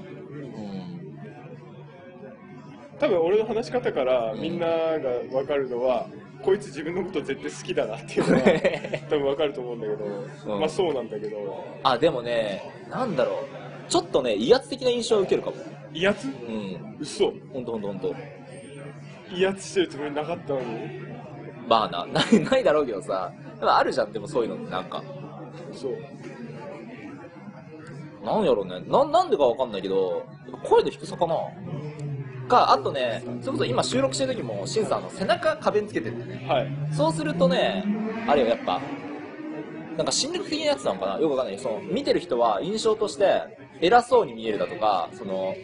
[SPEAKER 1] うん
[SPEAKER 2] 多分俺の話し方からみんなが分かるのは、こいつ自分のこと絶対好きだなっていうのは多分分かると思うんだけど、
[SPEAKER 1] うん
[SPEAKER 2] まあそうなんだけど
[SPEAKER 1] <laughs> あ、でもね、なんだろう。ちょっとね、威圧的な印象を受けるかも。
[SPEAKER 2] 威圧
[SPEAKER 1] うん。
[SPEAKER 2] 嘘
[SPEAKER 1] ほんとほんとほんと。
[SPEAKER 2] 威圧してるつもりなかったのに
[SPEAKER 1] まあな、 <laughs> ない、ないだろうけどさ。でもあるじゃん、でもそういうのってなんか。
[SPEAKER 2] そう
[SPEAKER 1] なんやろうね。な、なんでかわかんないけど、やっぱ声の低さかなか、あとね、それこそ今収録してる時も、シンさんあの背中壁につけてるんだよね。
[SPEAKER 2] はい
[SPEAKER 1] そうするとね、あれよ、やっぱ、なんか心理的なやつなのかなよくわかんないけど、その、見てる人は印象として、偉そうに見えるだとか、その、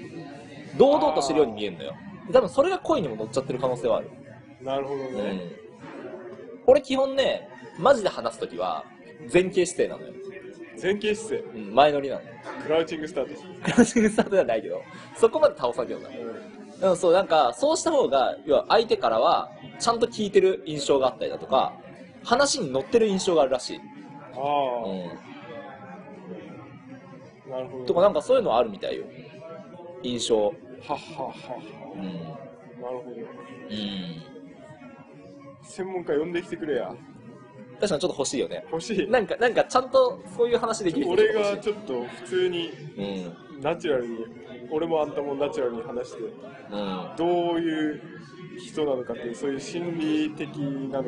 [SPEAKER 1] 堂々としてるように見えるのよ。多分それが恋にも乗っちゃってる可能性はある。
[SPEAKER 2] なるほど
[SPEAKER 1] う
[SPEAKER 2] ね、
[SPEAKER 1] ん。俺基本ね、マジで話すときは、前傾姿勢なのよ。
[SPEAKER 2] 前傾姿勢
[SPEAKER 1] うん、前乗りなのよ。
[SPEAKER 2] クラウチングスタート、
[SPEAKER 1] クラウチングスタートではないけど、そこまで倒さんけどな。うん、そう、なんか、そうした方が、要は相手からは、ちゃんと聞いてる印象があったりだとか、話に乗ってる印象があるらしい。
[SPEAKER 2] あ
[SPEAKER 1] う
[SPEAKER 2] あなるほど
[SPEAKER 1] ん。とか、なんかそういうのはあるみたいよ。印象。
[SPEAKER 2] はっはっはっ
[SPEAKER 1] うん。
[SPEAKER 2] はなるほど
[SPEAKER 1] うん。
[SPEAKER 2] 専門家呼んできてくれや
[SPEAKER 1] 確かにちょっと欲しいよね。
[SPEAKER 2] 欲しい
[SPEAKER 1] なんか、なんかちゃんとそういう話できる人
[SPEAKER 2] 俺が
[SPEAKER 1] ち
[SPEAKER 2] ちょっと普通に
[SPEAKER 1] ょっと欲しい
[SPEAKER 2] ナチュラルに俺もあんたもナチュラルに話して
[SPEAKER 1] うん。
[SPEAKER 2] どういう人なのかっていうそういう心理的な
[SPEAKER 1] う
[SPEAKER 2] の、
[SPEAKER 1] ん。
[SPEAKER 2] な
[SPEAKER 1] う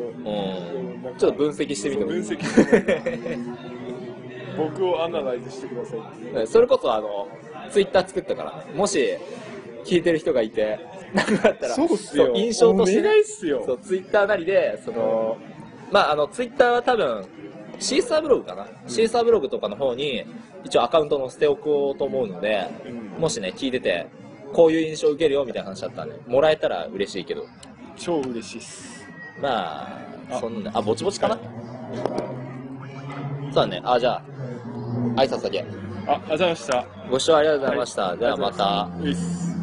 [SPEAKER 1] んん。
[SPEAKER 2] か
[SPEAKER 1] ちょっと分析してみてもいい
[SPEAKER 2] そう分析してみて僕をアナライズしてくださいっていう
[SPEAKER 1] <laughs> うんそれこそあの、ツイッター作ったからね。もし、聞いてる人がいて、なんかあったら、
[SPEAKER 2] そうっすよ
[SPEAKER 1] そう印象として、
[SPEAKER 2] お願いっすよ
[SPEAKER 1] そう、ツイッターなりで、その、まあ、あの、ツイッターは多分、シーサーブログかな、シーサーブログとかの方に、一応アカウント載せておこうと思うので、
[SPEAKER 2] うん
[SPEAKER 1] もしね、聞いてて、こういう印象受けるよみたいな話だったんで、もらえたら嬉しいけど、
[SPEAKER 2] 超嬉しいっす
[SPEAKER 1] まあ、
[SPEAKER 2] あ
[SPEAKER 1] そんな、あ、ぼちぼちかな、そうだね、あ、じゃあ、挨拶だけ。
[SPEAKER 2] あありがとうございました
[SPEAKER 1] ご視聴ありがとうございました。ではまた。
[SPEAKER 2] ういっす